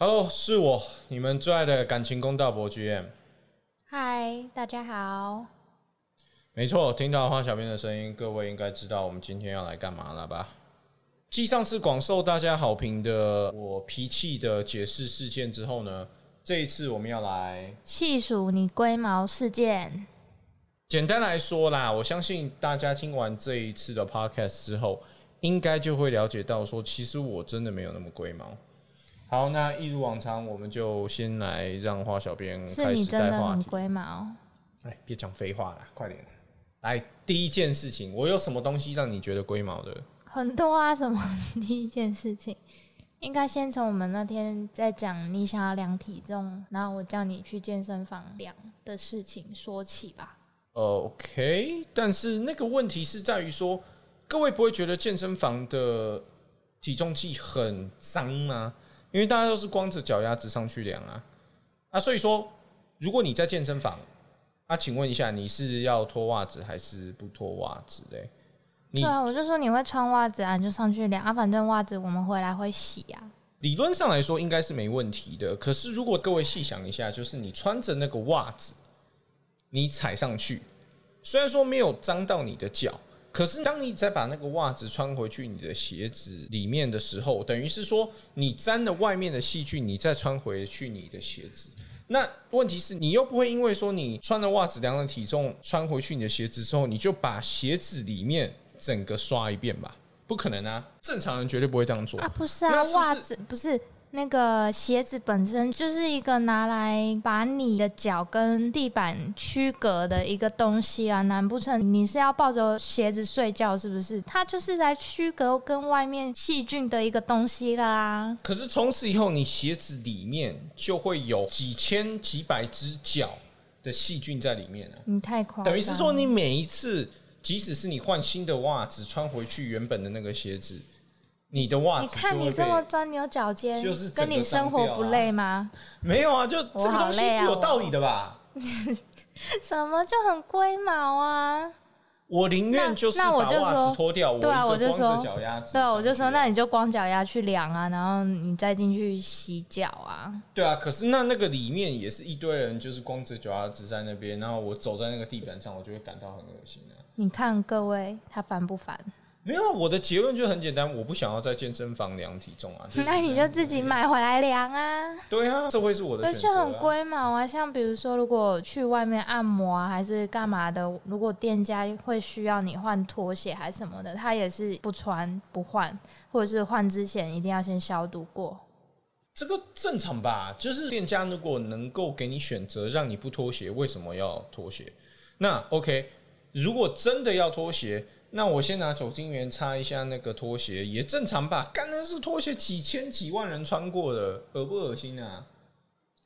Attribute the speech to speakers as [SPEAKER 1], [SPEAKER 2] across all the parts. [SPEAKER 1] 喽，是我，你们最爱的感情公道博 GM。
[SPEAKER 2] 嗨，大家好。
[SPEAKER 1] 没错，听到黄小编的声音，各位应该知道我们今天要来干嘛了吧？继上次广受大家好评的我脾气的解释事件之后呢，这一次我们要来
[SPEAKER 2] 细数你龟毛事件，
[SPEAKER 1] 简单来说啦，我相信大家听完这一次的 podcast 之后，应该就会了解到说，其实我真的没有那么龟毛。好，那一如往常，我们就先来让花小编
[SPEAKER 2] 是
[SPEAKER 1] 嗯开
[SPEAKER 2] 你
[SPEAKER 1] 始
[SPEAKER 2] 真
[SPEAKER 1] 带
[SPEAKER 2] 的
[SPEAKER 1] 话
[SPEAKER 2] 很
[SPEAKER 1] 题。
[SPEAKER 2] 龟毛。
[SPEAKER 1] 哎，别讲废话了，快点！来，第一件事情，我有什么东西让你觉得龟毛的？
[SPEAKER 2] 很多啊，什么第一件事情，应该先从我们那天在讲你想要量体重，然后我叫你去健身房量的事情说起吧。
[SPEAKER 1] 呃 OK，但是那个问题是在于说，各位不会觉得健身房的体重计很脏吗？因为大家都是光着脚丫子上去量啊，啊，所以说，如果你在健身房，啊，请问一下，你是要脱袜子还是不脱袜子嘞？你
[SPEAKER 2] 对啊，我就说你会穿袜子啊，你就上去量啊，反正袜子我们回来会洗啊。
[SPEAKER 1] 理论上来说应该是没问题的。可是如果各位细想一下，就是你穿着那个袜子，你踩上去，虽然说没有脏到你的脚，可是当你再把那个袜子穿回去你的鞋子里面的时候，等于是说你沾了外面的细菌，你再穿回去你的鞋子。那问题是你又不会因为说你穿了袜子量了体重，穿回去你的鞋子之后，你就把鞋子里面整个刷一遍吧？不可能啊！正常人绝对不会这样做
[SPEAKER 2] 啊，不是
[SPEAKER 1] 那
[SPEAKER 2] 啊
[SPEAKER 1] 是，不是
[SPEAKER 2] 袜子不是那个鞋子本身就是一个拿来把你的脚跟地板区隔的一个东西啊，难不成你是要抱着鞋子睡觉是不是？它就是来区隔跟外面细菌的一个东西啦。
[SPEAKER 1] 可是从此以后，你鞋子里面就会有几千几百只脚的细菌在里面啊。
[SPEAKER 2] 你太夸张，
[SPEAKER 1] 等于是说，你每一次，即使是你换新的袜子，穿回去原本的那个鞋子，你的袜
[SPEAKER 2] 你
[SPEAKER 1] 子
[SPEAKER 2] 看
[SPEAKER 1] 就会
[SPEAKER 2] 你
[SPEAKER 1] 被
[SPEAKER 2] 这么钻牛角尖，
[SPEAKER 1] 就是整
[SPEAKER 2] 跟
[SPEAKER 1] 个
[SPEAKER 2] 你生活不累吗？
[SPEAKER 1] 没有啊？就这
[SPEAKER 2] 我
[SPEAKER 1] 个
[SPEAKER 2] 好
[SPEAKER 1] 东西
[SPEAKER 2] 累啊
[SPEAKER 1] 是有
[SPEAKER 2] 我
[SPEAKER 1] 道理的吧？
[SPEAKER 2] 什么就很龟毛啊？
[SPEAKER 1] 我宁愿就是
[SPEAKER 2] 那
[SPEAKER 1] 把
[SPEAKER 2] 那我就
[SPEAKER 1] 袜子
[SPEAKER 2] 说
[SPEAKER 1] 脱掉，
[SPEAKER 2] 对啊
[SPEAKER 1] 我一个
[SPEAKER 2] 我就说
[SPEAKER 1] 光着脚丫子上
[SPEAKER 2] 对
[SPEAKER 1] 去
[SPEAKER 2] 啊，
[SPEAKER 1] 啊，
[SPEAKER 2] 我就说那你就光脚丫去量啊，然后你再进去洗脚啊。
[SPEAKER 1] 对啊，可是那那个里面也是一堆人，就是光着脚丫子在那边，然后我走在那个地板上，我就会感到很恶心啊。
[SPEAKER 2] 你看各位，他烦不烦？
[SPEAKER 1] 没有啊，我的结论就很简单，我不想要在健身房量体重啊。是
[SPEAKER 2] 那你就自己买回来量啊，
[SPEAKER 1] 对啊，这会是我的
[SPEAKER 2] 而
[SPEAKER 1] 选择、
[SPEAKER 2] 且
[SPEAKER 1] 啊。
[SPEAKER 2] 很龟毛啊。像比如说，如果去外面按摩啊，还是干嘛的，如果店家会需要你换拖鞋还什么的，他也是不穿不换，或者是换之前一定要先消毒过。
[SPEAKER 1] 这个正常吧？就是店家如果能够给你选择，让你不脱鞋，为什么要脱鞋？那 OK，如果真的要脱鞋，那我先拿酒精棉擦一下那个拖鞋，也正常吧？干那是拖鞋，几千几万人穿过的，恶不恶心啊？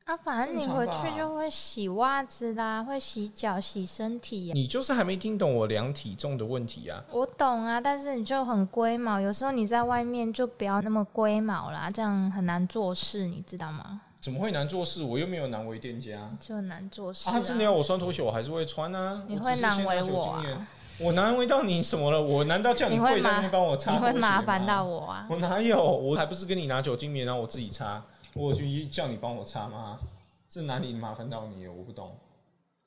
[SPEAKER 2] 啊，反正你
[SPEAKER 1] 正常
[SPEAKER 2] 回
[SPEAKER 1] 吧
[SPEAKER 2] 去就会洗袜子啦，会洗脚、洗身体呀、啊
[SPEAKER 1] 你就是还没听懂我量体重的问题啊？
[SPEAKER 2] 我懂啊，但是你就很龟毛，有时候你在外面就不要那么龟毛啦，这样很难做事，你知道吗？
[SPEAKER 1] 怎么会难做事？我又没有难为店家。
[SPEAKER 2] 就很难做事、
[SPEAKER 1] 啊，他真的要我穿拖鞋，我还是会穿啊。
[SPEAKER 2] 你
[SPEAKER 1] 我
[SPEAKER 2] 会
[SPEAKER 1] 只是先
[SPEAKER 2] 难为
[SPEAKER 1] 拿酒
[SPEAKER 2] 我
[SPEAKER 1] 精
[SPEAKER 2] 啊
[SPEAKER 1] 棉我难为到你什么了？我难道叫
[SPEAKER 2] 你会
[SPEAKER 1] 跪在那
[SPEAKER 2] 麻
[SPEAKER 1] 边帮我擦
[SPEAKER 2] 你
[SPEAKER 1] 拖
[SPEAKER 2] 会
[SPEAKER 1] 鞋
[SPEAKER 2] 麻烦
[SPEAKER 1] 吗
[SPEAKER 2] 到我啊！
[SPEAKER 1] 我哪有？我还不是跟你拿酒精棉，然后我自己擦，我有去叫你帮我擦吗？这哪里麻烦到你了？我不懂。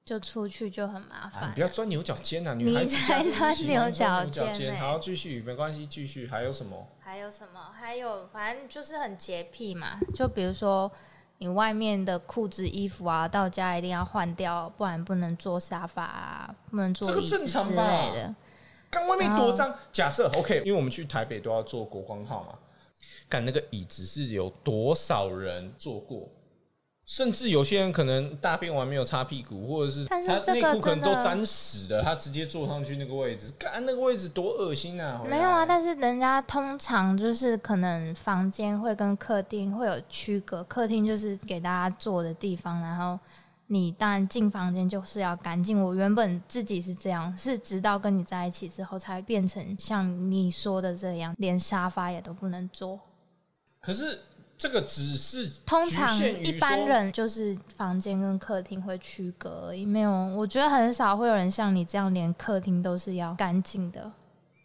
[SPEAKER 2] 就出去就很麻
[SPEAKER 1] 啊、
[SPEAKER 2] 烦
[SPEAKER 1] 你不。要钻牛角尖啊！女
[SPEAKER 2] 你
[SPEAKER 1] 孩子
[SPEAKER 2] 才
[SPEAKER 1] 就是喜欢
[SPEAKER 2] 钻牛
[SPEAKER 1] 牛
[SPEAKER 2] 角
[SPEAKER 1] 尖。
[SPEAKER 2] 尖欸
[SPEAKER 1] 好，继续，没关系，继续。还有什么？
[SPEAKER 2] 还有什么？还有，反正就是很洁癖嘛。就比如说，你外面的裤子、衣服啊，到家一定要换掉，不然不能坐沙发啊，不能坐
[SPEAKER 1] 这个
[SPEAKER 2] 椅子
[SPEAKER 1] 正常
[SPEAKER 2] 之
[SPEAKER 1] 吧
[SPEAKER 2] 类的。
[SPEAKER 1] 刚外面
[SPEAKER 2] 啊
[SPEAKER 1] 多脏。假设 OK，因为我们去台北都要坐国光号嘛，看那个椅子是有多少人坐过，甚至有些人可能大便完没有擦屁股，或者是
[SPEAKER 2] 但是
[SPEAKER 1] 他
[SPEAKER 2] 这
[SPEAKER 1] 内
[SPEAKER 2] 个
[SPEAKER 1] 裤可能
[SPEAKER 2] 真
[SPEAKER 1] 都
[SPEAKER 2] 的
[SPEAKER 1] 沾屎了，他直接坐上去那个位置，干那个位置多恶心啊！回来
[SPEAKER 2] 没有啊，但是人家通常就是可能房间会跟客厅会有区隔，客厅就是给大家坐的地方，然后你当然进房间就是要干净。我原本自己是这样，是直到跟你在一起之后才变成像你说的这样，连沙发也都不能坐。
[SPEAKER 1] 可是这个只是
[SPEAKER 2] 通
[SPEAKER 1] 局
[SPEAKER 2] 常
[SPEAKER 1] 限于
[SPEAKER 2] 一般
[SPEAKER 1] 说
[SPEAKER 2] 人就是房间跟客厅会区隔而已，没有，我觉得很少会有人像你这样连客厅都是要干净的。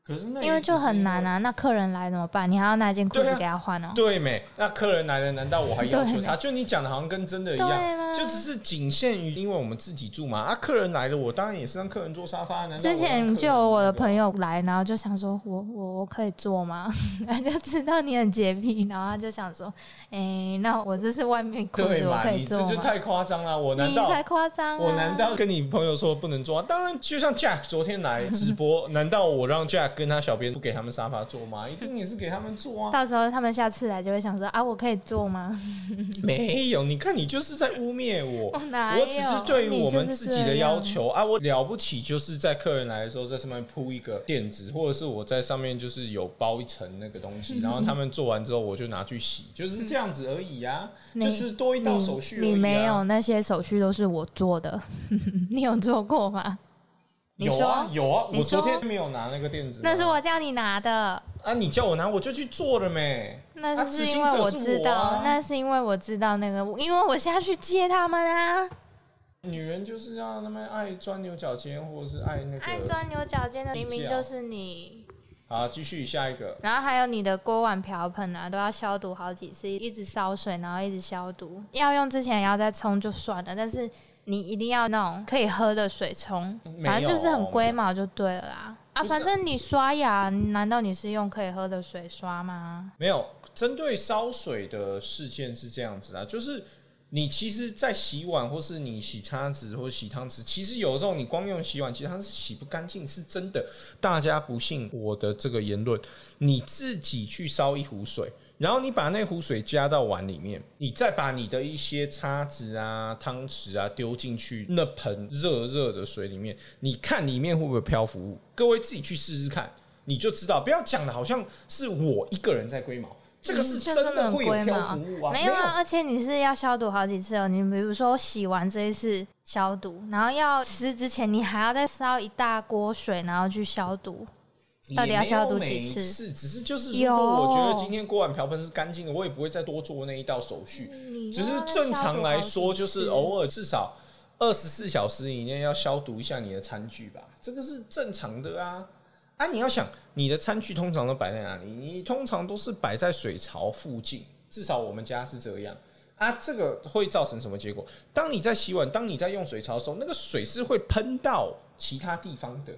[SPEAKER 1] 可是那
[SPEAKER 2] 因为就很难
[SPEAKER 1] 啊。
[SPEAKER 2] 啊。那客人来怎么办？你还要拿一件裤
[SPEAKER 1] 对
[SPEAKER 2] 子
[SPEAKER 1] 啊
[SPEAKER 2] 给他换哦、
[SPEAKER 1] 对没？那客人来了，难道我还要求
[SPEAKER 2] 对
[SPEAKER 1] 他？就你讲的好像跟真的一
[SPEAKER 2] 对
[SPEAKER 1] 样，
[SPEAKER 2] 啊
[SPEAKER 1] 就只是仅限于因为我们自己住嘛。啊，客人来了，我当然也是让客人坐沙发。难道
[SPEAKER 2] 之
[SPEAKER 1] 我
[SPEAKER 2] 前
[SPEAKER 1] 让
[SPEAKER 2] 就有我的
[SPEAKER 1] 客人
[SPEAKER 2] 朋友来，然后就想说我我我可以做吗？ 他就知道你很洁癖，然后他就想说，哎、那我这是外面裤
[SPEAKER 1] 对
[SPEAKER 2] 子，我
[SPEAKER 1] 嘛？
[SPEAKER 2] 可
[SPEAKER 1] 你
[SPEAKER 2] 以
[SPEAKER 1] 这
[SPEAKER 2] 做
[SPEAKER 1] 就
[SPEAKER 2] 吗？
[SPEAKER 1] 太夸张了。我难
[SPEAKER 2] 你
[SPEAKER 1] 道
[SPEAKER 2] 才夸张、啊！
[SPEAKER 1] 我难道跟你朋友说不能做、啊？当然，就像 Jack 昨天来直播，难道我让 Jack 跟他小编不给他们沙发坐吗？一定也是给他们坐 啊。
[SPEAKER 2] 到时候他们下次来就会想说啊，我可以做吗？
[SPEAKER 1] 没有，你看你就是在污蔑我。
[SPEAKER 2] 我哪有？
[SPEAKER 1] 我只是对于我们
[SPEAKER 2] 哎你就是
[SPEAKER 1] 自己的
[SPEAKER 2] 这样
[SPEAKER 1] 要。求啊，我了不起就是在客人来的时候在上面铺一个垫子，或者是我在上面就是有包一层那个东 西，然后他们做完之后我就拿去洗，就是这样子而已啊，
[SPEAKER 2] 你
[SPEAKER 1] 就是多一道手续而已、啊
[SPEAKER 2] 你没有那些手续都是我做的， 你有做过吗？你
[SPEAKER 1] 有啊
[SPEAKER 2] 说
[SPEAKER 1] 有啊，
[SPEAKER 2] 你
[SPEAKER 1] 我昨
[SPEAKER 2] 说
[SPEAKER 1] 天没有拿那个垫子拿，
[SPEAKER 2] 那是我叫你拿的，
[SPEAKER 1] 啊，你叫我拿我就去做了没？
[SPEAKER 2] 那
[SPEAKER 1] 啊
[SPEAKER 2] 是
[SPEAKER 1] 执行
[SPEAKER 2] 因为
[SPEAKER 1] 者是
[SPEAKER 2] 知
[SPEAKER 1] 我
[SPEAKER 2] 道，
[SPEAKER 1] 啊
[SPEAKER 2] 那是因为我知道那个，因为我下去接他们啊，
[SPEAKER 1] 女人就是要那么爱钻牛角尖，或者是爱那
[SPEAKER 2] 爱
[SPEAKER 1] 个。
[SPEAKER 2] 钻牛角尖的
[SPEAKER 1] 计
[SPEAKER 2] 明
[SPEAKER 1] 较
[SPEAKER 2] 明就是你，
[SPEAKER 1] 啊好，继续下一个。
[SPEAKER 2] 然后还有你的锅碗瓢盆啊，都要消毒好几次，一直烧水，然后一直消毒，要用之前要再冲就算了，但是你一定要那种可以喝的水冲，
[SPEAKER 1] 没有
[SPEAKER 2] 反正就是很龟毛就对了啦。啊，
[SPEAKER 1] 不是啊
[SPEAKER 2] 反正你刷牙，难道你是用可以喝的水刷吗？
[SPEAKER 1] 没有，针对烧水的事件是这样子啊，就是你其实，在洗碗或是你洗叉子或洗汤匙，其实有的时候你光用洗碗，其实它是洗不干净，是真的。大家不信我的这个言论，你自己去烧一壶水。然后你把那壶水加到碗里面，你再把你的一些叉子啊、汤匙啊丢进去那盆热热的水里面，你看里面会不会漂浮物？各位自己去试试看，你就知道。不要讲的好像是我一个人在龟毛，这个是真的会有漂浮物啊，
[SPEAKER 2] 没有啊，而且你是要消毒好几次哦。你比如说洗完这一次消毒，然后要吃之前，你还要再烧一大锅水，然后去消毒。
[SPEAKER 1] 也
[SPEAKER 2] 到底要
[SPEAKER 1] 没有
[SPEAKER 2] 消毒
[SPEAKER 1] 每
[SPEAKER 2] 几
[SPEAKER 1] 一
[SPEAKER 2] 次
[SPEAKER 1] 次只是就是，如
[SPEAKER 2] 有
[SPEAKER 1] 果我觉得今天锅碗瓢盆是干净的，我也不会再多做那一道手续。
[SPEAKER 2] 你
[SPEAKER 1] 只是
[SPEAKER 2] 要再
[SPEAKER 1] 正常来
[SPEAKER 2] 消毒
[SPEAKER 1] 说，
[SPEAKER 2] 好几
[SPEAKER 1] 就
[SPEAKER 2] 次
[SPEAKER 1] 是偶尔至少二十四小时以内要消毒一下你的餐具吧，这个是正常的啊。啊，你要想你的餐具通常都摆在哪里？你通常都是摆在水槽附近，至少我们家是这样。啊，这个会造成什么结果？当你在洗碗，当你在用水槽的时候，那个水是会喷到其他地方的，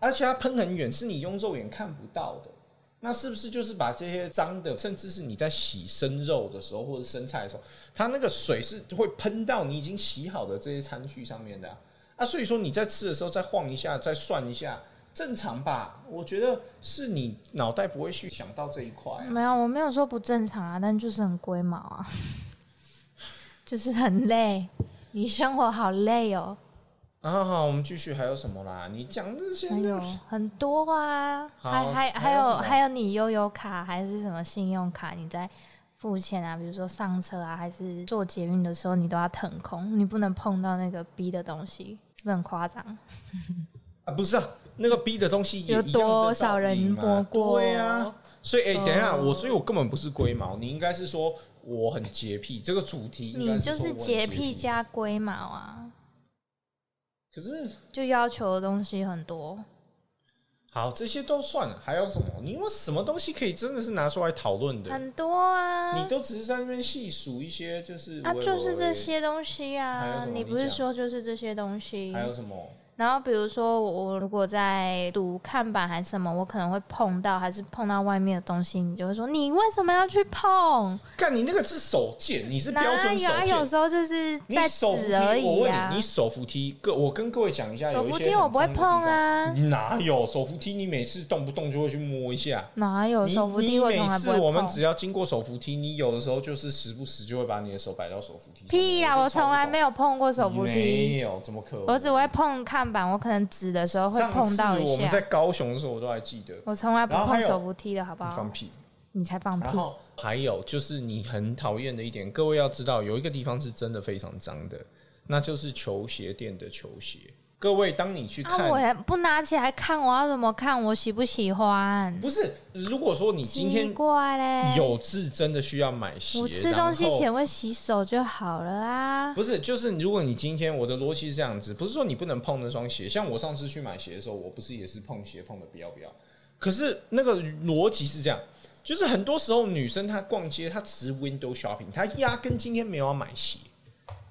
[SPEAKER 1] 而且它喷很远，是你用肉眼看不到的。那是不是就是把这些脏的，甚至是你在洗生肉的时候或者生菜的时候，它那个水是会喷到你已经洗好的这些餐具上面的啊？啊所以说你在吃的时候再晃一下，再涮一下，正常吧？我觉得是你脑袋不会去想到这一块啊、
[SPEAKER 2] 没有，我没有说不正常啊，但就是很龟毛啊， 就是很累。你生活好累哦，
[SPEAKER 1] 啊，好，我们继续还有什么啦？你讲这些
[SPEAKER 2] 还有很多啊，
[SPEAKER 1] 好
[SPEAKER 2] 还还
[SPEAKER 1] 还
[SPEAKER 2] 还
[SPEAKER 1] 有什
[SPEAKER 2] 有
[SPEAKER 1] 么
[SPEAKER 2] 还有你悠游卡还是什么信用卡，你在付钱啊，比如说上车啊，还是坐捷运的时候，你都要腾空，你不能碰到那个 B 的东西，是不是很夸张？
[SPEAKER 1] 啊，不是啊，那个逼的东西也
[SPEAKER 2] 嗯有
[SPEAKER 1] 一样的道理嘛
[SPEAKER 2] 多少人摸过
[SPEAKER 1] 对啊，所以哎、等一下，
[SPEAKER 2] 哦
[SPEAKER 1] 我所以我根本不是龟毛，你应该是说我很洁癖，这个主题应该
[SPEAKER 2] 你就是
[SPEAKER 1] 说我很洁
[SPEAKER 2] 洁癖。加龟毛啊，
[SPEAKER 1] 可是
[SPEAKER 2] 就要求的东西很多。
[SPEAKER 1] 好，这些都算了，还有什么？你有没有什么东西可以真的是拿出来讨论的？
[SPEAKER 2] 很多啊，
[SPEAKER 1] 你都只是在那边细数一些，就是
[SPEAKER 2] 啊，
[SPEAKER 1] 喂
[SPEAKER 2] 就是这。
[SPEAKER 1] 喂
[SPEAKER 2] 些东西
[SPEAKER 1] 还有
[SPEAKER 2] 啊
[SPEAKER 1] 什，么
[SPEAKER 2] 你
[SPEAKER 1] 你
[SPEAKER 2] 不是
[SPEAKER 1] 讲
[SPEAKER 2] 说就是这些东
[SPEAKER 1] 喂
[SPEAKER 2] 西
[SPEAKER 1] 还？有什么？
[SPEAKER 2] 然后比如说我我如果在读看板还是什么，我可能会碰到，还是碰到外面的东西，你就会说你为什么要去碰？
[SPEAKER 1] 干，你那个是手贱，你是标
[SPEAKER 2] 哪
[SPEAKER 1] 准手
[SPEAKER 2] 有啊？
[SPEAKER 1] 贱。
[SPEAKER 2] 有时候就是
[SPEAKER 1] 你
[SPEAKER 2] 在
[SPEAKER 1] 手扶
[SPEAKER 2] 指
[SPEAKER 1] 梯，
[SPEAKER 2] 而
[SPEAKER 1] 我
[SPEAKER 2] 已
[SPEAKER 1] 问
[SPEAKER 2] 啊
[SPEAKER 1] 你，你。手扶梯，各我跟各位讲一下，
[SPEAKER 2] 手
[SPEAKER 1] 有一
[SPEAKER 2] 扶
[SPEAKER 1] 些
[SPEAKER 2] 梯
[SPEAKER 1] 很
[SPEAKER 2] 我不会
[SPEAKER 1] 脏的地
[SPEAKER 2] 碰啊
[SPEAKER 1] 方。你哪有手扶梯？你每次动不动就会去摸一下。
[SPEAKER 2] 哪有
[SPEAKER 1] 你
[SPEAKER 2] 手扶
[SPEAKER 1] 你
[SPEAKER 2] 梯？我从
[SPEAKER 1] 每
[SPEAKER 2] 来不
[SPEAKER 1] 次
[SPEAKER 2] 会
[SPEAKER 1] 我们
[SPEAKER 2] 碰。
[SPEAKER 1] 只要经过手扶梯，你有的时候就是时不时就会把你的手摆到手扶梯上面。
[SPEAKER 2] 屁啦！我
[SPEAKER 1] 就超不
[SPEAKER 2] 从来没有碰过手
[SPEAKER 1] 懂
[SPEAKER 2] 扶
[SPEAKER 1] 你
[SPEAKER 2] 梯，
[SPEAKER 1] 没有，怎么可能？
[SPEAKER 2] 我只会碰看板，我可能指的时候会
[SPEAKER 1] 上次
[SPEAKER 2] 碰到
[SPEAKER 1] 我
[SPEAKER 2] 一
[SPEAKER 1] 们
[SPEAKER 2] 下
[SPEAKER 1] 在。高雄的时候，我都还记得。你
[SPEAKER 2] 我从来不
[SPEAKER 1] 然后还
[SPEAKER 2] 碰
[SPEAKER 1] 有
[SPEAKER 2] 手扶梯的好不好
[SPEAKER 1] 放？屁！
[SPEAKER 2] 你才放屁
[SPEAKER 1] 然！后还有就是你很讨厌的一点，各位要知道，有一个地方是真的非常脏的，那就是球鞋店的球鞋。各位，当你去看，
[SPEAKER 2] 啊，我也不拿起来看，我要怎么看？我喜不喜欢？
[SPEAKER 1] 不是，如果说你今
[SPEAKER 2] 奇
[SPEAKER 1] 天
[SPEAKER 2] 怪嘞，
[SPEAKER 1] 有是真的需要买鞋，
[SPEAKER 2] 我吃东西
[SPEAKER 1] 然后
[SPEAKER 2] 前会洗手就好了啊。
[SPEAKER 1] 不是，就是如果你今天我的逻辑是这样子，不是说你不能碰那双鞋，像我上次去买鞋的时候，我不是也是碰鞋碰的不要不要，可是那个逻辑是这样，就是很多时候女生她逛街，她只是 window shopping，她压根今天没有要买鞋，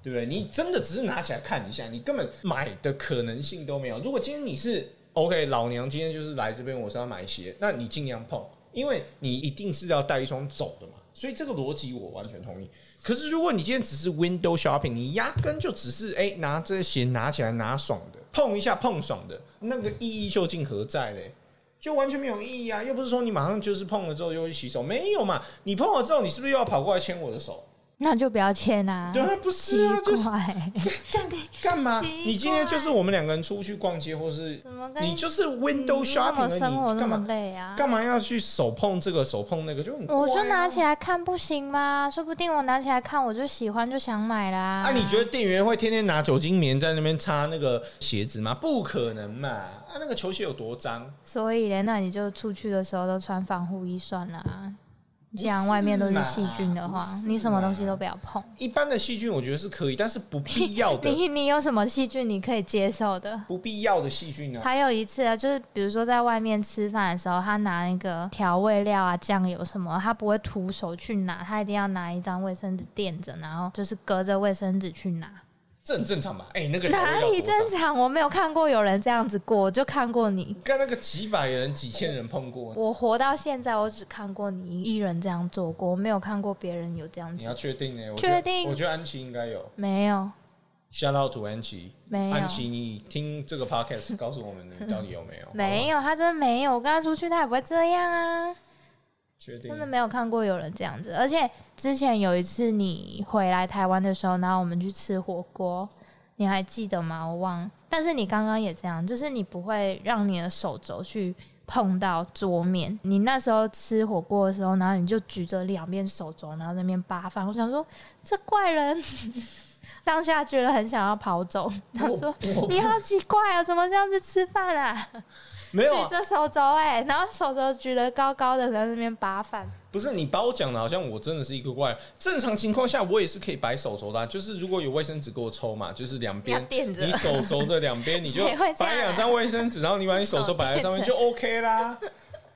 [SPEAKER 1] 对不对？你真的只是拿起来看一下，你根本买的可能性都没有。如果今天你是 OK，老娘今天就是来这边，我是要买鞋，那你尽量碰，因为你一定是要带一双走的嘛。所以这个逻辑我完全同意。可是如果你今天只是 window shopping，你压根就只是哎、拿这些鞋拿起来拿爽的，碰一下碰爽的，那个意义究竟何在嘞？就完全没有意义啊！又不是说你马上就是碰了之后就会洗手，没有嘛？你碰了之后，你是不是又要跑过来牵我的手？
[SPEAKER 2] 那就不要签啊。
[SPEAKER 1] 对啊，不是
[SPEAKER 2] 奇
[SPEAKER 1] 啊，就是
[SPEAKER 2] 怪，
[SPEAKER 1] 干嘛？
[SPEAKER 2] 奇怪
[SPEAKER 1] 你今天就是我们两个人出去逛街，或是
[SPEAKER 2] 怎么跟
[SPEAKER 1] 你就是
[SPEAKER 2] 嗯
[SPEAKER 1] window
[SPEAKER 2] 那么
[SPEAKER 1] shopping，啊
[SPEAKER 2] 生
[SPEAKER 1] 了
[SPEAKER 2] 活
[SPEAKER 1] 你
[SPEAKER 2] 那
[SPEAKER 1] 干
[SPEAKER 2] 么
[SPEAKER 1] 嘛
[SPEAKER 2] 累啊？
[SPEAKER 1] 干嘛要去手碰这个手碰那个？就很
[SPEAKER 2] 我
[SPEAKER 1] 怪
[SPEAKER 2] 就
[SPEAKER 1] 啊
[SPEAKER 2] 拿起来看不行吗？说不定我拿起来看，我就喜欢，就想买啦。
[SPEAKER 1] 啊，你觉得店员会天天拿酒精棉在那边擦那个鞋子吗？不可能嘛！啊，那个球鞋有多脏？
[SPEAKER 2] 所以嘞，那你就出去的时候都穿防护衣算了啊。
[SPEAKER 1] 不
[SPEAKER 2] 既然外面都
[SPEAKER 1] 是
[SPEAKER 2] 是
[SPEAKER 1] 嘛
[SPEAKER 2] 细菌的话
[SPEAKER 1] 不，是
[SPEAKER 2] 你什么东西
[SPEAKER 1] 嘛
[SPEAKER 2] 都不要碰。
[SPEAKER 1] 一般的细菌我觉得是可以，但是不必要 的、
[SPEAKER 2] 你你有什么细菌你可以接受的？
[SPEAKER 1] 不必要的细菌啊，
[SPEAKER 2] 还有一次啊，就是比如说在外面吃饭的时候，他拿那个调味料啊、酱油什么，他不会徒手去拿，他一定要拿一张卫生纸垫着，然后就是隔着卫生纸去拿。
[SPEAKER 1] 这很正常吧？哎、那个
[SPEAKER 2] 哪里正
[SPEAKER 1] 常？
[SPEAKER 2] 常？我没有看过有人这样子过，我就看过你。
[SPEAKER 1] 看那个几百人、几千人碰过，
[SPEAKER 2] 我活到现在，我只看过你一人这样做过，我没有看过别人有这样
[SPEAKER 1] 你要
[SPEAKER 2] 子。
[SPEAKER 1] 确定呢、欸我
[SPEAKER 2] 确
[SPEAKER 1] 觉得
[SPEAKER 2] 定
[SPEAKER 1] 我觉得安琪应该有。
[SPEAKER 2] 没有，
[SPEAKER 1] Shout out to 安琪，
[SPEAKER 2] 没有
[SPEAKER 1] 安琪，你听这个 podcast 告诉我们你到底有没有？
[SPEAKER 2] 没
[SPEAKER 1] 有，
[SPEAKER 2] 有，他真的没有。我跟他出去，他也不会这样啊。
[SPEAKER 1] 确定
[SPEAKER 2] 真的没有看过有人这样子。而且之前有一次你回来台湾的时候，然后我们去吃火锅，你还记得吗？我忘了。但是你刚刚也这样，就是你不会让你的手肘去碰到桌面。你那时候吃火锅的时候，然后你就举着两边手肘，然后在那边扒饭。我想说，这怪人。 当下觉得很想要跑走，他
[SPEAKER 1] 我
[SPEAKER 2] 说
[SPEAKER 1] 我：“
[SPEAKER 2] 你好奇怪啊，怎么这样子吃饭啊？
[SPEAKER 1] 没有啊
[SPEAKER 2] 举着手肘哎、然后手肘举得高高的，在那边扒饭。”
[SPEAKER 1] 不是你把我讲的，好像我真的是一个怪人。正常情况下，我也是可以摆手肘的啊、就是如果有卫生纸给我抽嘛，就是两边
[SPEAKER 2] 你要垫着
[SPEAKER 1] 你手肘的两边，你就
[SPEAKER 2] 谁会这样
[SPEAKER 1] 摆
[SPEAKER 2] 啊
[SPEAKER 1] 两张卫生纸，然后你把你手肘摆在上面
[SPEAKER 2] 手
[SPEAKER 1] 就 OK 啦。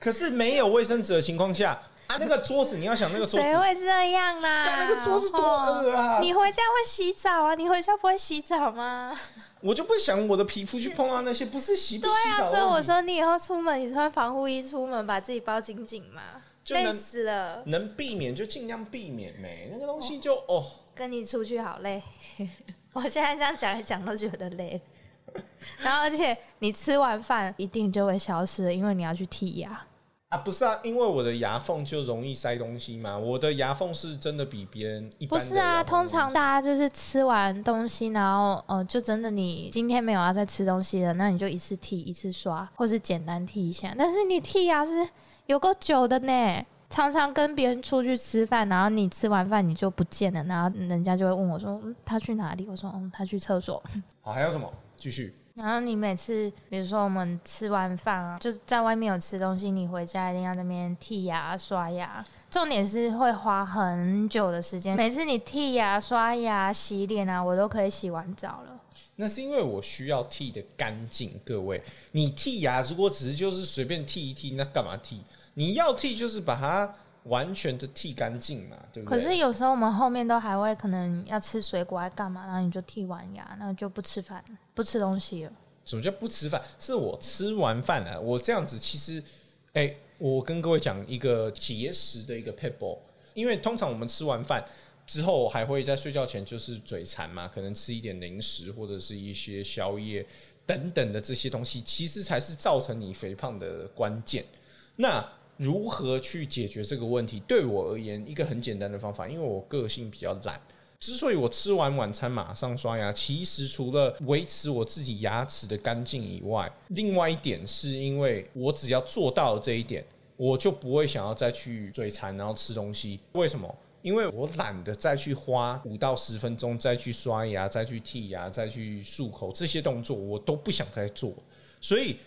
[SPEAKER 1] 可是没有卫生纸的情况下啊，那个桌子你要想那个桌
[SPEAKER 2] 谁
[SPEAKER 1] 子，
[SPEAKER 2] 会这样啦？
[SPEAKER 1] 干那个桌子多恶啊！
[SPEAKER 2] 你回家会洗澡啊？你回家不会洗澡吗？
[SPEAKER 1] 我就不想我的皮肤去碰到那些，不是 洗不
[SPEAKER 2] 对
[SPEAKER 1] 洗
[SPEAKER 2] 啊，
[SPEAKER 1] 澡
[SPEAKER 2] 所
[SPEAKER 1] 的问题、
[SPEAKER 2] 以我说你以后出门，你穿防护衣出门，把自己包紧紧嘛，
[SPEAKER 1] 就能
[SPEAKER 2] 累死了。
[SPEAKER 1] 能避免就尽量避免没、那个东西就哦，
[SPEAKER 2] 跟你出去好累， 我现在这样讲一讲都觉得 累。然后，而且你吃完饭一定就会消失了，因为你要去剔牙。
[SPEAKER 1] 啊，不是啊，因为我的牙缝就容易塞东西嘛，我的牙缝是真的比别人一
[SPEAKER 2] 不
[SPEAKER 1] 般的
[SPEAKER 2] 是啊，
[SPEAKER 1] 牙缝
[SPEAKER 2] 通
[SPEAKER 1] 容易
[SPEAKER 2] 常大家就是吃完东西，然后呃，就真的你今天没有要再吃东西了，那你就一次剃一次刷，或是简单剃一下。但是你剃牙是有够久的呢，常常跟别人出去吃饭，然后你吃完饭你就不见了，然后人家就会问我说，嗯，他去哪里？我说，嗯，他去厕所。
[SPEAKER 1] 好，还有什么？继续。
[SPEAKER 2] 然后你每次，比如说我们吃完饭啊，就在外面有吃东西，你回家一定要在那边剔牙、刷牙。重点是会花很久的时间。每次你剔牙、刷牙、洗脸啊，我都可以洗完澡了。
[SPEAKER 1] 那是因为我需要剃的干净，各位，你剃牙如果只是就是随便剃一剃，那干嘛剃？你要剃就是把它完全的剃干净嘛，对不
[SPEAKER 2] 可
[SPEAKER 1] 对？
[SPEAKER 2] 是有时候我们后面都还会可能要吃水果，还干嘛？然后你就剔完牙，那就不吃饭、不吃东西了。
[SPEAKER 1] 什么叫不吃饭？是我吃完饭了、我这样子其实，哎、我跟各位讲一个节食的一个 pebble，因为通常我们吃完饭之后还会在睡觉前就是嘴馋嘛，可能吃一点零食或者是一些宵夜等等的这些东西，其实才是造成你肥胖的关键。那如何去解决这个问题？对我而言，一个很简单的方法，因为我个性比较懒。之所以我吃完晚餐马上刷牙，其实除了维持我自己牙齿的干净以外，另外一点是因为我只要做到了这一点，我就不会想要再去嘴馋，然后吃东西。为什么？因为我懒得再去花五到十分钟再去刷牙、再去剔牙、再去漱口这些动作，我都不想再做。所以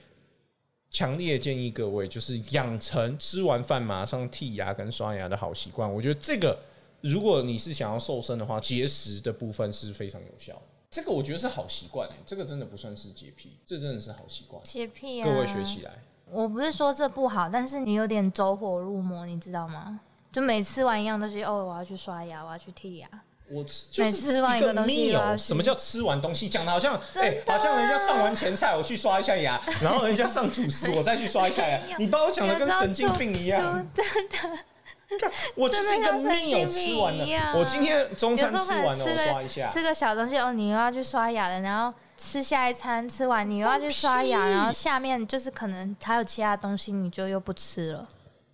[SPEAKER 1] 强烈建议各位，就是养成吃完饭马上剔牙跟刷牙的好习惯。我觉得这个，如果你是想要瘦身的话，节食的部分是非常有效的。这个我觉得是好习惯、欸，这个真的不算是洁癖，这真的是好习惯，
[SPEAKER 2] 洁癖啊！
[SPEAKER 1] 各位学起来。
[SPEAKER 2] 我不是说这不好，但是你有点走火入魔，你知道吗？就每吃完一样东西，哦，我要去刷牙，我要去剔牙，
[SPEAKER 1] 我就
[SPEAKER 2] 每
[SPEAKER 1] 是
[SPEAKER 2] 吃完
[SPEAKER 1] 一
[SPEAKER 2] 一
[SPEAKER 1] 个
[SPEAKER 2] 个东西就要
[SPEAKER 1] meal，
[SPEAKER 2] 去
[SPEAKER 1] 什么叫吃完东西？讲的好像
[SPEAKER 2] 真
[SPEAKER 1] 哎、
[SPEAKER 2] 的
[SPEAKER 1] 好像人家上完前菜，我去刷一下 牙，然后人家上主食，我再去刷一下牙。你把我讲的跟神经病一样，
[SPEAKER 2] 有时候出。
[SPEAKER 1] 我就是一个
[SPEAKER 2] 真的像神
[SPEAKER 1] meal
[SPEAKER 2] 经
[SPEAKER 1] 吃
[SPEAKER 2] 病
[SPEAKER 1] 完了
[SPEAKER 2] 一，样
[SPEAKER 1] 我今天中
[SPEAKER 2] 有
[SPEAKER 1] 餐
[SPEAKER 2] 时候
[SPEAKER 1] 吃
[SPEAKER 2] 可能
[SPEAKER 1] 完了，
[SPEAKER 2] 吃
[SPEAKER 1] 我刷一
[SPEAKER 2] 个
[SPEAKER 1] 下。
[SPEAKER 2] 吃个小东西哦，你又要去刷牙了，然后吃下一餐吃完，你又要去刷牙，
[SPEAKER 1] 放屁
[SPEAKER 2] 然后下面就是可能还有其他东西，你就又不吃了。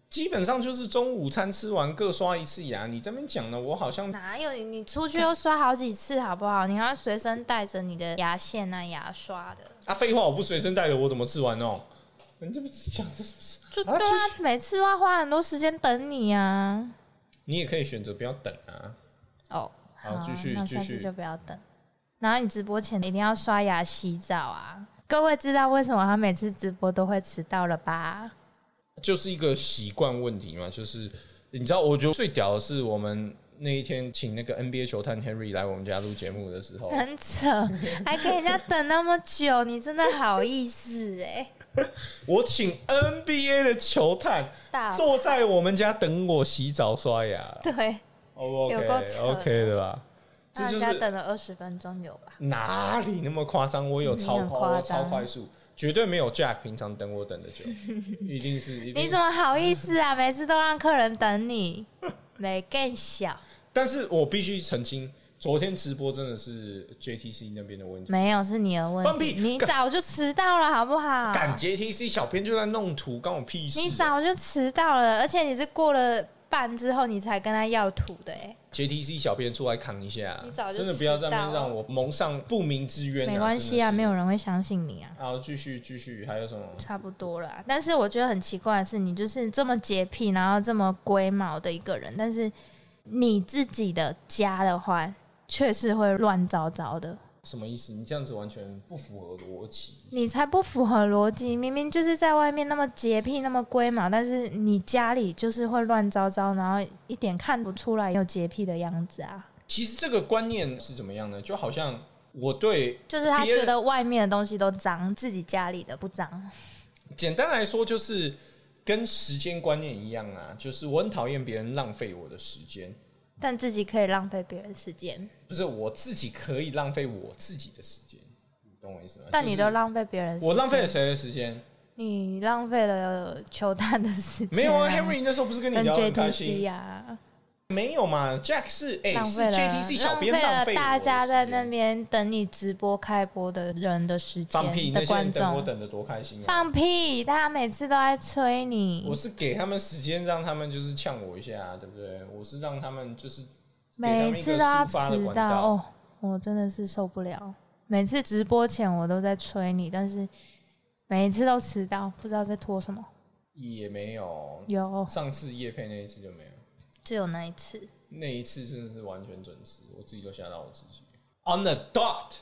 [SPEAKER 1] 基本上就是中午餐吃完各刷一次牙。你这边讲的，我好像
[SPEAKER 2] 哪有你你出去又刷好几次，好不好？你还要随身带着你的牙线啊、牙刷的，
[SPEAKER 1] 啊，废话，我不随身带着，我怎么吃完哦？你这不是讲的是不是？
[SPEAKER 2] 就对
[SPEAKER 1] 啊
[SPEAKER 2] 啊
[SPEAKER 1] 就，
[SPEAKER 2] 每次都要花很多时间等你啊。
[SPEAKER 1] 你也可以选择不要等啊。
[SPEAKER 2] 哦，
[SPEAKER 1] 好继续
[SPEAKER 2] 那
[SPEAKER 1] 继
[SPEAKER 2] 下
[SPEAKER 1] 续
[SPEAKER 2] 次就不要等。然后你直播前一定要刷牙、洗澡啊。各位知道为什么他每次直播都会迟到了吧？
[SPEAKER 1] 就是一个习惯问题嘛，就是你知道，我觉得最屌的是我们那一天请那个 NBA 球探 Henry 来我们家录节目的 时候，
[SPEAKER 2] 很扯， 还给人家等那么久，你真的好意思哎、
[SPEAKER 1] 我请 NBA 的球探
[SPEAKER 2] 大
[SPEAKER 1] 坐在我们家等我洗澡刷牙
[SPEAKER 2] 啊对，
[SPEAKER 1] ，O 不 OK
[SPEAKER 2] 有够扯的
[SPEAKER 1] OK 的吧？这
[SPEAKER 2] 让
[SPEAKER 1] 就
[SPEAKER 2] 人家
[SPEAKER 1] 是
[SPEAKER 2] 等了二十分钟有吧？
[SPEAKER 1] 哪里那么夸张？我有超
[SPEAKER 2] 你很
[SPEAKER 1] 快，我
[SPEAKER 2] 夸
[SPEAKER 1] 超
[SPEAKER 2] 张
[SPEAKER 1] 快速，绝对没有 Jack 平常等我等 的久，一定是。一定
[SPEAKER 2] 你
[SPEAKER 1] 是
[SPEAKER 2] 怎么好意思啊？ 每次都让客人 等你，没更小，
[SPEAKER 1] 但是我必须澄清，昨天直播真的是 JTC 那边的问题。
[SPEAKER 2] 没有是你的问
[SPEAKER 1] 放
[SPEAKER 2] 题
[SPEAKER 1] 屁，
[SPEAKER 2] 你
[SPEAKER 1] 干
[SPEAKER 2] 早就迟到了好不好？
[SPEAKER 1] 赶 JTC 小编就在弄图，关我屁事啊。
[SPEAKER 2] 啊你早就迟到了，而且你是过了半之后你才跟他要图的哎、
[SPEAKER 1] JTC 小编出来扛一下
[SPEAKER 2] 你早，就
[SPEAKER 1] 真的不要在那边
[SPEAKER 2] 知道啊
[SPEAKER 1] 让我蒙上不明之冤、啊。
[SPEAKER 2] 没关系啊，没
[SPEAKER 1] 有。
[SPEAKER 2] 有人会相信你啊。
[SPEAKER 1] 好，继续继续，还有什么？
[SPEAKER 2] 差不多了啊，但是我觉得很奇怪的是，你就是这么洁癖，然后这么龟毛的一个人，但是你自己的家的话，却是会乱糟糟的。
[SPEAKER 1] 什么意思？你这样子完全不符合逻辑。
[SPEAKER 2] 你才不符合逻辑，明明就是在外面那么洁癖、那么龟毛，但是你家里就是会乱糟糟，然后一点看不出来有洁癖的样子啊。
[SPEAKER 1] 其实这个观念是怎么样呢？就好像我对，
[SPEAKER 2] 就是他
[SPEAKER 1] 别人
[SPEAKER 2] 觉得外面的东西都脏，自己家里的不脏。
[SPEAKER 1] 简单来说就是跟时间观念一样啊，就是我很讨厌别人浪费我的时间，
[SPEAKER 2] 但自己可以浪费别人时间，
[SPEAKER 1] 不是我自己可以浪费我自己的时间，你懂我意思吗？
[SPEAKER 2] 但你
[SPEAKER 1] 就是
[SPEAKER 2] 都浪费别人时间，
[SPEAKER 1] 我浪费了谁的时间？
[SPEAKER 2] 你浪费了球探的时间、
[SPEAKER 1] 没有啊，Henry 那时候不是跟你
[SPEAKER 2] 跟
[SPEAKER 1] 聊得很开心
[SPEAKER 2] JTC 呀、
[SPEAKER 1] 没有嘛，Jack 是哎、
[SPEAKER 2] 啊浪
[SPEAKER 1] 是
[SPEAKER 2] 费了
[SPEAKER 1] JTC 小编
[SPEAKER 2] 浪
[SPEAKER 1] 浪费
[SPEAKER 2] 费了
[SPEAKER 1] 我的
[SPEAKER 2] 大家在那
[SPEAKER 1] 时间
[SPEAKER 2] 边等你直播开播的人的时
[SPEAKER 1] 放屁，
[SPEAKER 2] 间
[SPEAKER 1] 那
[SPEAKER 2] 的
[SPEAKER 1] 些人
[SPEAKER 2] 观
[SPEAKER 1] 等我
[SPEAKER 2] 众。
[SPEAKER 1] 等的多开心啊！
[SPEAKER 2] 放屁！大家每次都在催
[SPEAKER 1] 我
[SPEAKER 2] 你，
[SPEAKER 1] 是给他们时间，让他们就是呛我一下、啊，对不对？我是让他们就是给他们
[SPEAKER 2] 每
[SPEAKER 1] 一个
[SPEAKER 2] 次都
[SPEAKER 1] 抒
[SPEAKER 2] 要迟
[SPEAKER 1] 发的管
[SPEAKER 2] 到
[SPEAKER 1] 道。
[SPEAKER 2] 哦，我真的是受不了。每次直播前我都在催你，但是每一次都迟到，不知道在拖什么。
[SPEAKER 1] 也没有，
[SPEAKER 2] 有，
[SPEAKER 1] 上次叶配那一次就没有，
[SPEAKER 2] 只有那一次。
[SPEAKER 1] 那一次真的是完全准时，我自己都吓到我自己。On the dot，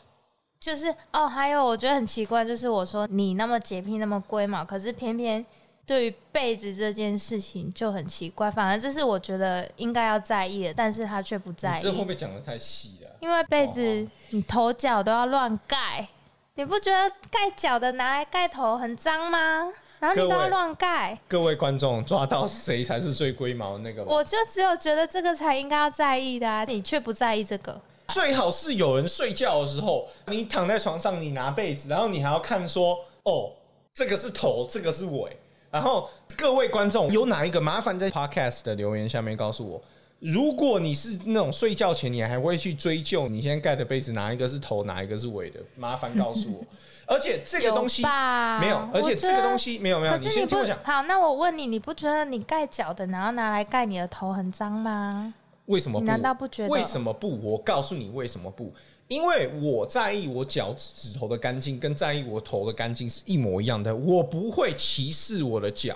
[SPEAKER 2] 就是哦，还有我觉得很奇怪，就是我说你那么洁癖，那么龟毛，可是偏偏对于被子这件事情就很奇怪。反而这是我觉得应该要在意的，但是他却不在
[SPEAKER 1] 你这会不
[SPEAKER 2] 意，
[SPEAKER 1] 会讲的太细了啊？
[SPEAKER 2] 因为被
[SPEAKER 1] 哦
[SPEAKER 2] 子你头脚都要乱盖，你不觉得盖脚的拿来盖头很脏吗？然后你都
[SPEAKER 1] 各
[SPEAKER 2] 要
[SPEAKER 1] 位
[SPEAKER 2] 乱盖，
[SPEAKER 1] 各位观众抓到谁才是最龟毛的那个吧？
[SPEAKER 2] 我就只有觉得这个才应该要在意的啊，你却不在意这个。
[SPEAKER 1] 最好是有人睡觉的时候，你躺在床上，你拿被子，然后你还要看说，哦，这个是头，这个是尾。然后各位观众有哪一个麻烦在 podcast 的留言下面告诉我。如果你是那种睡觉前你还会去追究你现在盖的被子哪一个是头哪一个是尾的，麻烦告诉我。而且这个东西
[SPEAKER 2] 有吧
[SPEAKER 1] 没有，而且
[SPEAKER 2] 我觉
[SPEAKER 1] 这
[SPEAKER 2] 得
[SPEAKER 1] 个东西没有没有，
[SPEAKER 2] 可
[SPEAKER 1] 你
[SPEAKER 2] 是你
[SPEAKER 1] 先
[SPEAKER 2] 不
[SPEAKER 1] 听我讲，
[SPEAKER 2] 好，那我问你，你不觉得你盖脚的，然后拿来盖你的头很脏吗？
[SPEAKER 1] 为什么不？
[SPEAKER 2] 你难道不觉得
[SPEAKER 1] 为什么不？我告诉你为什么不，因为我在意我脚趾头的干净，跟在意我头的干净是一模一样的。我不会歧视我的脚。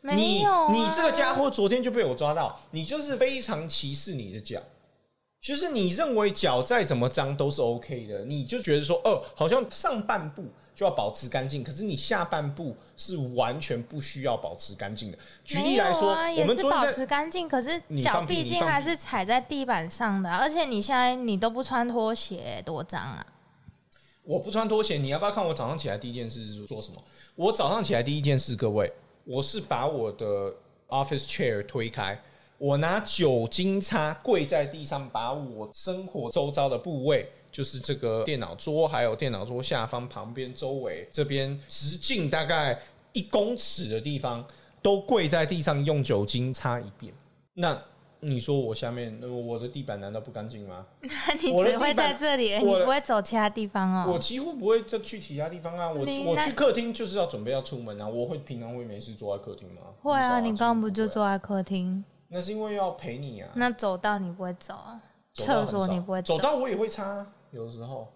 [SPEAKER 2] 没
[SPEAKER 1] 你
[SPEAKER 2] 有、啊，
[SPEAKER 1] 你这个家伙昨天就被我抓到，你就是非常歧视你的脚。就是你认为脚再怎么脏都是 OK 的，你就觉得说，哦、好像上半部就要保持干净，可是你下半部是完全不需要保持干净的。举例来说，
[SPEAKER 2] 没有啊、
[SPEAKER 1] 我
[SPEAKER 2] 也
[SPEAKER 1] 们
[SPEAKER 2] 是
[SPEAKER 1] 昨天
[SPEAKER 2] 保
[SPEAKER 1] 在
[SPEAKER 2] 持干净，可是
[SPEAKER 1] 你
[SPEAKER 2] 脚
[SPEAKER 1] 放屁
[SPEAKER 2] 毕
[SPEAKER 1] 你
[SPEAKER 2] 竟
[SPEAKER 1] 放
[SPEAKER 2] 还
[SPEAKER 1] 屁
[SPEAKER 2] 是踩在地板上的啊、而且你现在你都不穿拖鞋，多脏啊！
[SPEAKER 1] 我不穿拖鞋，你要不要看我早上起来第一件事是做什么？我早上起来第一件事，各位，我是把我的 office chair 推开，我拿酒精擦，跪在地上，把我生活周遭的部位，就是这个电脑桌，还有电脑桌下方、旁边、周围这边直径大概一公尺的地方，都跪在地上用酒精擦一遍。那你说我下面，呃我的地板难道不干净吗？
[SPEAKER 2] 那 你
[SPEAKER 1] 我的
[SPEAKER 2] 只会
[SPEAKER 1] 地板
[SPEAKER 2] 在这里，你
[SPEAKER 1] 我的
[SPEAKER 2] 不会走其他地方
[SPEAKER 1] 我
[SPEAKER 2] 哦。
[SPEAKER 1] 几乎不会再去其他地方啊，我
[SPEAKER 2] 你
[SPEAKER 1] 我
[SPEAKER 2] 那
[SPEAKER 1] 去客厅就是要准备要出门啊，我会平常会没事坐在客厅吗？
[SPEAKER 2] 会
[SPEAKER 1] 很少
[SPEAKER 2] 啊，你刚刚不就
[SPEAKER 1] 几乎会
[SPEAKER 2] 坐在客厅？
[SPEAKER 1] 那是因为要陪你啊。
[SPEAKER 2] 那走道你不会走啊？
[SPEAKER 1] 走道
[SPEAKER 2] 厕
[SPEAKER 1] 很
[SPEAKER 2] 所
[SPEAKER 1] 少
[SPEAKER 2] 你不会
[SPEAKER 1] 走到我也会擦啊，有时候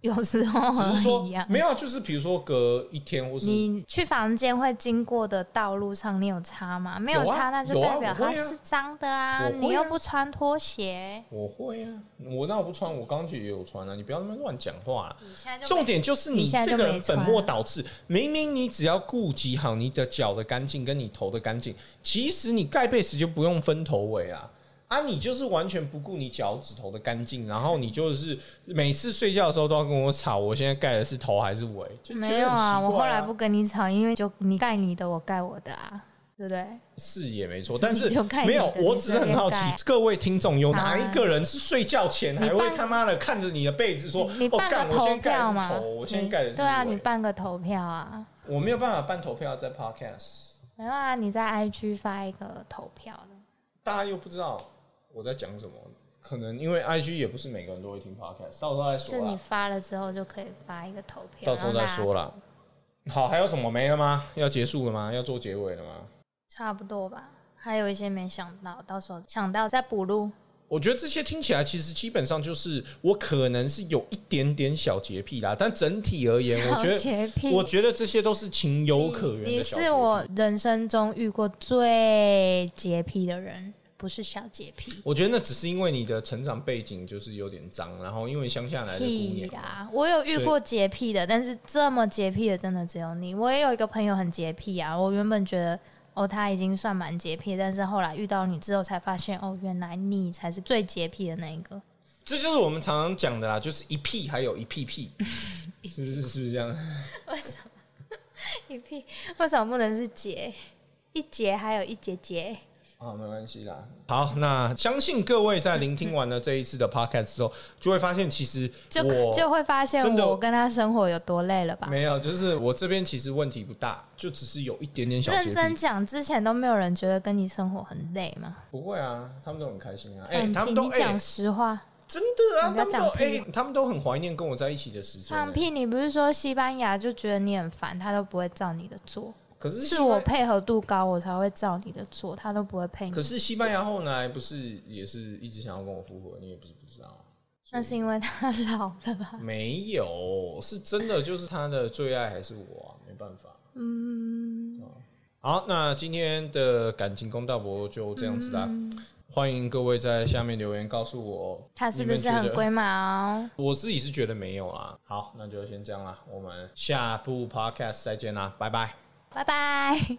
[SPEAKER 2] 有时候
[SPEAKER 1] 只是
[SPEAKER 2] 很
[SPEAKER 1] 说
[SPEAKER 2] 哦一样。
[SPEAKER 1] 没有啊，就是比如说隔一天或是
[SPEAKER 2] 你去房间会经过的道路上，你有擦吗？没
[SPEAKER 1] 有啊
[SPEAKER 2] 擦，那就
[SPEAKER 1] 有啊
[SPEAKER 2] 代表
[SPEAKER 1] 我
[SPEAKER 2] 它
[SPEAKER 1] 会啊
[SPEAKER 2] 是脏的啊！
[SPEAKER 1] 我会啊
[SPEAKER 2] 你又不穿拖鞋，
[SPEAKER 1] 我会啊，我那我不穿，我刚去也有穿啊，你不要那么乱讲话、啊。
[SPEAKER 2] 你现在就
[SPEAKER 1] 重
[SPEAKER 2] 没
[SPEAKER 1] 点就是
[SPEAKER 2] 你
[SPEAKER 1] 你
[SPEAKER 2] 现在
[SPEAKER 1] 这
[SPEAKER 2] 就
[SPEAKER 1] 个
[SPEAKER 2] 没
[SPEAKER 1] 人
[SPEAKER 2] 穿
[SPEAKER 1] 本末倒置，明明你只要顾及好你的脚的干净跟你头的干净，其实你盖被时就不用分头尾啊。啊，你就是完全不顾你脚趾头的干净，然后你就是每次睡觉的时候都要跟我吵，我现在盖的是头还是尾？就觉得
[SPEAKER 2] 没有
[SPEAKER 1] 很
[SPEAKER 2] 啊！
[SPEAKER 1] 奇
[SPEAKER 2] 我后
[SPEAKER 1] 怪
[SPEAKER 2] 来不跟你吵，因为就你盖你的，我盖我的啊，对不对？
[SPEAKER 1] 是也没 错，但是
[SPEAKER 2] 就看你
[SPEAKER 1] 没有
[SPEAKER 2] 的，
[SPEAKER 1] 我
[SPEAKER 2] 你
[SPEAKER 1] 只是
[SPEAKER 2] 随
[SPEAKER 1] 很
[SPEAKER 2] 便
[SPEAKER 1] 好奇
[SPEAKER 2] 盖，
[SPEAKER 1] 各位听众有哪
[SPEAKER 2] 啊
[SPEAKER 1] 一个人是睡觉前还
[SPEAKER 2] 你
[SPEAKER 1] 会
[SPEAKER 2] 办
[SPEAKER 1] 他妈的看着你的被子说：“
[SPEAKER 2] 你
[SPEAKER 1] 哦，
[SPEAKER 2] 办
[SPEAKER 1] 干，
[SPEAKER 2] 个
[SPEAKER 1] 我
[SPEAKER 2] 投
[SPEAKER 1] 先盖的
[SPEAKER 2] 票
[SPEAKER 1] 是
[SPEAKER 2] 嘛？
[SPEAKER 1] 头，我先
[SPEAKER 2] 你
[SPEAKER 1] 盖的是
[SPEAKER 2] 对啊，
[SPEAKER 1] 尾
[SPEAKER 2] 你办个投票啊！
[SPEAKER 1] 我没有办法办投票在 Podcast，
[SPEAKER 2] 没有啊，你在 IG 发一个投票的。
[SPEAKER 1] 大家又不知道我在讲什么，可能因为 IG 也不是每个人都会听 Podcast，到时候再
[SPEAKER 2] 是
[SPEAKER 1] 说
[SPEAKER 2] 你
[SPEAKER 1] 啦，
[SPEAKER 2] 发了之后就可以发一个投
[SPEAKER 1] 到
[SPEAKER 2] 票，
[SPEAKER 1] 时候再
[SPEAKER 2] 然后
[SPEAKER 1] 说
[SPEAKER 2] 大家
[SPEAKER 1] 啦。好，还有什么没了吗？要结束了吗？要做结尾了吗？
[SPEAKER 2] 差不多吧。还有一些没想到，到时候想到再补录。
[SPEAKER 1] 我觉得这些听起来其实基本上就是我可能是有一点点小洁癖啦，但整体而言，我
[SPEAKER 2] 小
[SPEAKER 1] 觉得
[SPEAKER 2] 洁癖，
[SPEAKER 1] 我觉得这些都是情有可原的
[SPEAKER 2] 你
[SPEAKER 1] 小洁癖
[SPEAKER 2] 是我，人生中遇过最洁癖的人，不是小洁癖。
[SPEAKER 1] 我觉得那只是因为你的成长背景就是有点脏，然后因为乡下来的姑
[SPEAKER 2] 屁
[SPEAKER 1] 娘，
[SPEAKER 2] 啦！我有遇过洁癖的，但是这么洁癖的真的只有你。我也有一个朋友很洁癖啊，我原本觉得哦他已经算蛮洁癖，但是后来遇到你之后才发现哦，原来你才是最洁癖的那一个。
[SPEAKER 1] 这就是我们常常讲的啦，就是一屁还有一屁 屁，是不是？是不是这样？
[SPEAKER 2] 为什么 一屁？为什么不能是节？一节还有一节节？
[SPEAKER 1] 啊，没关系啦。好，那相信各位在聆听完了这一次 的 podcast 之后，就会发现其实
[SPEAKER 2] 就
[SPEAKER 1] 我
[SPEAKER 2] 就会发现
[SPEAKER 1] 真的
[SPEAKER 2] 我跟他生活有多累了吧？
[SPEAKER 1] 没有，就是我这边其实问题不大，就只是有一点点小洁
[SPEAKER 2] 认真
[SPEAKER 1] 癖。
[SPEAKER 2] 讲，之前都没有人觉得跟你生活很累吗？
[SPEAKER 1] 不会啊，他们都很开心啊。哎、
[SPEAKER 2] 嗯
[SPEAKER 1] 他们都
[SPEAKER 2] 你
[SPEAKER 1] 哎、
[SPEAKER 2] 讲实话，
[SPEAKER 1] 真的啊，
[SPEAKER 2] 你不
[SPEAKER 1] 他们
[SPEAKER 2] 要
[SPEAKER 1] 都
[SPEAKER 2] 讲屁
[SPEAKER 1] 哎、他们都很怀念跟我在一起的时间、
[SPEAKER 2] 放
[SPEAKER 1] 欸。
[SPEAKER 2] 屁！你不是说西班牙就觉得你很烦，他都不会照你的做，
[SPEAKER 1] 可是
[SPEAKER 2] 是
[SPEAKER 1] 西班
[SPEAKER 2] 我配合度高，我才会照你的做，他都不会配
[SPEAKER 1] 可
[SPEAKER 2] 你。
[SPEAKER 1] 是西班牙后来不是也是一直想要跟我复合，你也不是不知道。
[SPEAKER 2] 那是因为他 老了吧？
[SPEAKER 1] 没有，是真的，就是他的最爱还是我、啊，没办法。
[SPEAKER 2] 嗯，
[SPEAKER 1] 好，那今天的感情公道博就这样子啦。
[SPEAKER 2] 嗯
[SPEAKER 1] 欢迎各位在下面留言告诉我，
[SPEAKER 2] 他是
[SPEAKER 1] 你
[SPEAKER 2] 不
[SPEAKER 1] 们
[SPEAKER 2] 是
[SPEAKER 1] 觉
[SPEAKER 2] 很
[SPEAKER 1] 得
[SPEAKER 2] 龟毛？
[SPEAKER 1] 我自己是觉得没有啦。好，那就先这样啦，我们下部 podcast 再见啦，拜拜。
[SPEAKER 2] 拜拜。